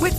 With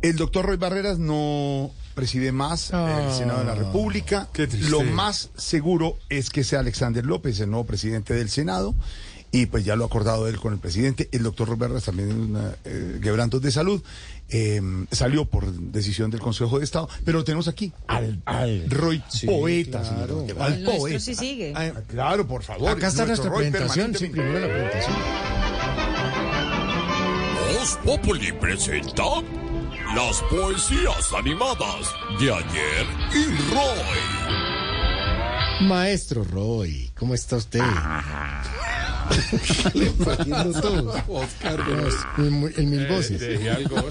El doctor Roy Barreras no preside más eh, Ah. el Senado de la República. Lo más seguro es que sea Alexander López, el nuevo presidente del Senado. Y pues ya lo ha acordado él con el presidente. El doctor Roy Barreras también en una, eh, quebrantos de salud. eh, salió por decisión del Consejo de Estado. Pero tenemos aquí al, al Roy poeta, señor. Al poeta. sí sigue. Ah, claro, por favor. Acá está nuestra Nuestro Roy presentación, sí, permanentemente- primero la presentación. Voz Populi presenta las poesías animadas de ayer y Roy. Maestro Roy, ¿cómo está usted? Ah. Le está haciendo todo. No, en mu- en mil voces.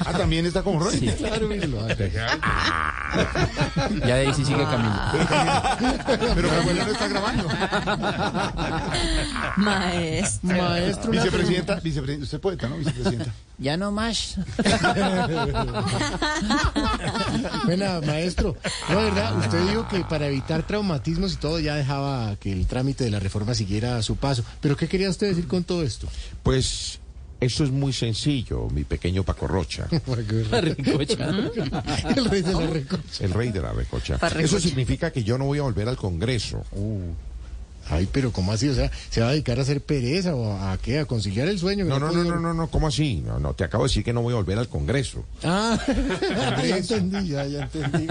Ah, también está como Roy. Sí, claro, mírelo. ah, Ya de ahí sí sigue Camilo. Pero Camila no está grabando. Maestro. Maestro, una Vicepresidenta, vicepresidenta, usted es poeta, ¿no? Vicepresidenta. Ya no más. Buena, maestro. No, verdad, usted dijo que para evitar traumatismos y todo ya dejaba que el trámite de la reforma siguiera a su paso. ¿Pero qué quería usted decir con todo esto? Pues eso es muy sencillo, mi pequeño Paco Rocha, El rey de la recocha. el rey de la recocha. Parrecocha. Eso significa que yo no voy a volver al Congreso. Ay, pero ¿cómo así? O sea, ¿se va a dedicar a hacer pereza o a, a qué? ¿A conciliar el sueño? No, no, no, podía- no, no, no, ¿cómo así? No, no, te acabo de decir que no voy a volver al Congreso. Ah, ya entendí, ya, ya entendí.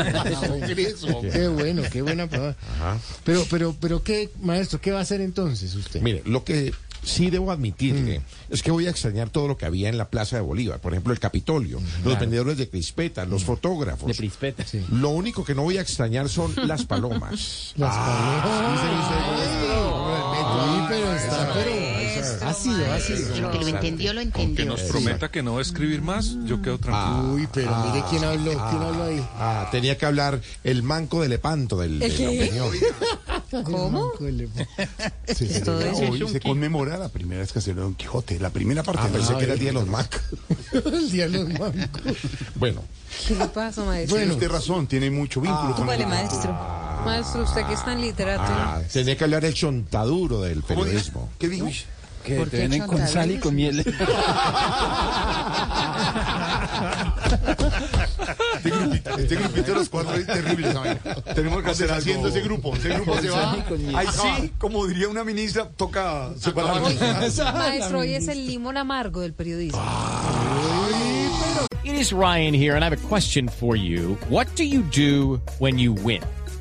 qué bueno, qué buena palabra. Pero, pero, pero, ¿qué, maestro, qué va a hacer entonces usted? Mire, lo que sí debo Mm. admitirle es que voy a extrañar todo lo que había en la Plaza de Bolívar, por ejemplo, el Capitolio, Mm, los vendedores de crispetas, los fotógrafos. De Prispeta. Lo único que no voy a extrañar son las palomas. Las palomas. Sí, pero está, pero. Maestro, Ácido, ácido. Que lo entendió, lo entendió. Prometa que no va a escribir más, yo quedo tranquilo. Uy, pero mire quién habló, quién habló ahí. Ah, tenía que hablar el manco de Lepanto del, de la opinión. ¿Cómo? Se celebra es hoy, un se conmemora la primera vez que se Don Quijote, la primera parte. Ah, ¿no? pensé Ah, que era el día de los Mac. El día de los mancos. Bueno, ¿Qué le pasa, maestro? Tiene usted razón, tiene mucho vínculo con Ah, Vale, el- maestro. Maestro, usted que es tan literato. ah, tenía que hablar el chontaduro del periodismo. ¿Qué dijo? Que ¿Por te qué vienen con chontadores? sal y con miel. Este grupito, este grupito de los cuatro es terrible, ¿saben? Tenemos que hacer haciendo ese grupo. Ese grupo se va. Ahí sí, como diría una ministra, toca separarnos. Maestro, hoy es el limón amargo del periodismo. It is Ryan here, and I have a question for you. What do you do when you win?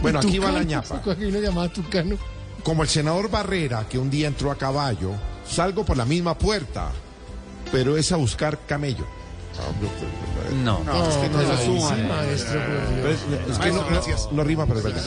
Bueno, aquí va la Tucano, ñapa. sacó aquí uno llamado Tucano. Como el senador Barrera, que un día entró a caballo, salgo por la misma puerta, pero es a buscar camello. No, es que no, No, se sí, suman. maestro, pues. Es- es que no, no- no rima, pero es verdad.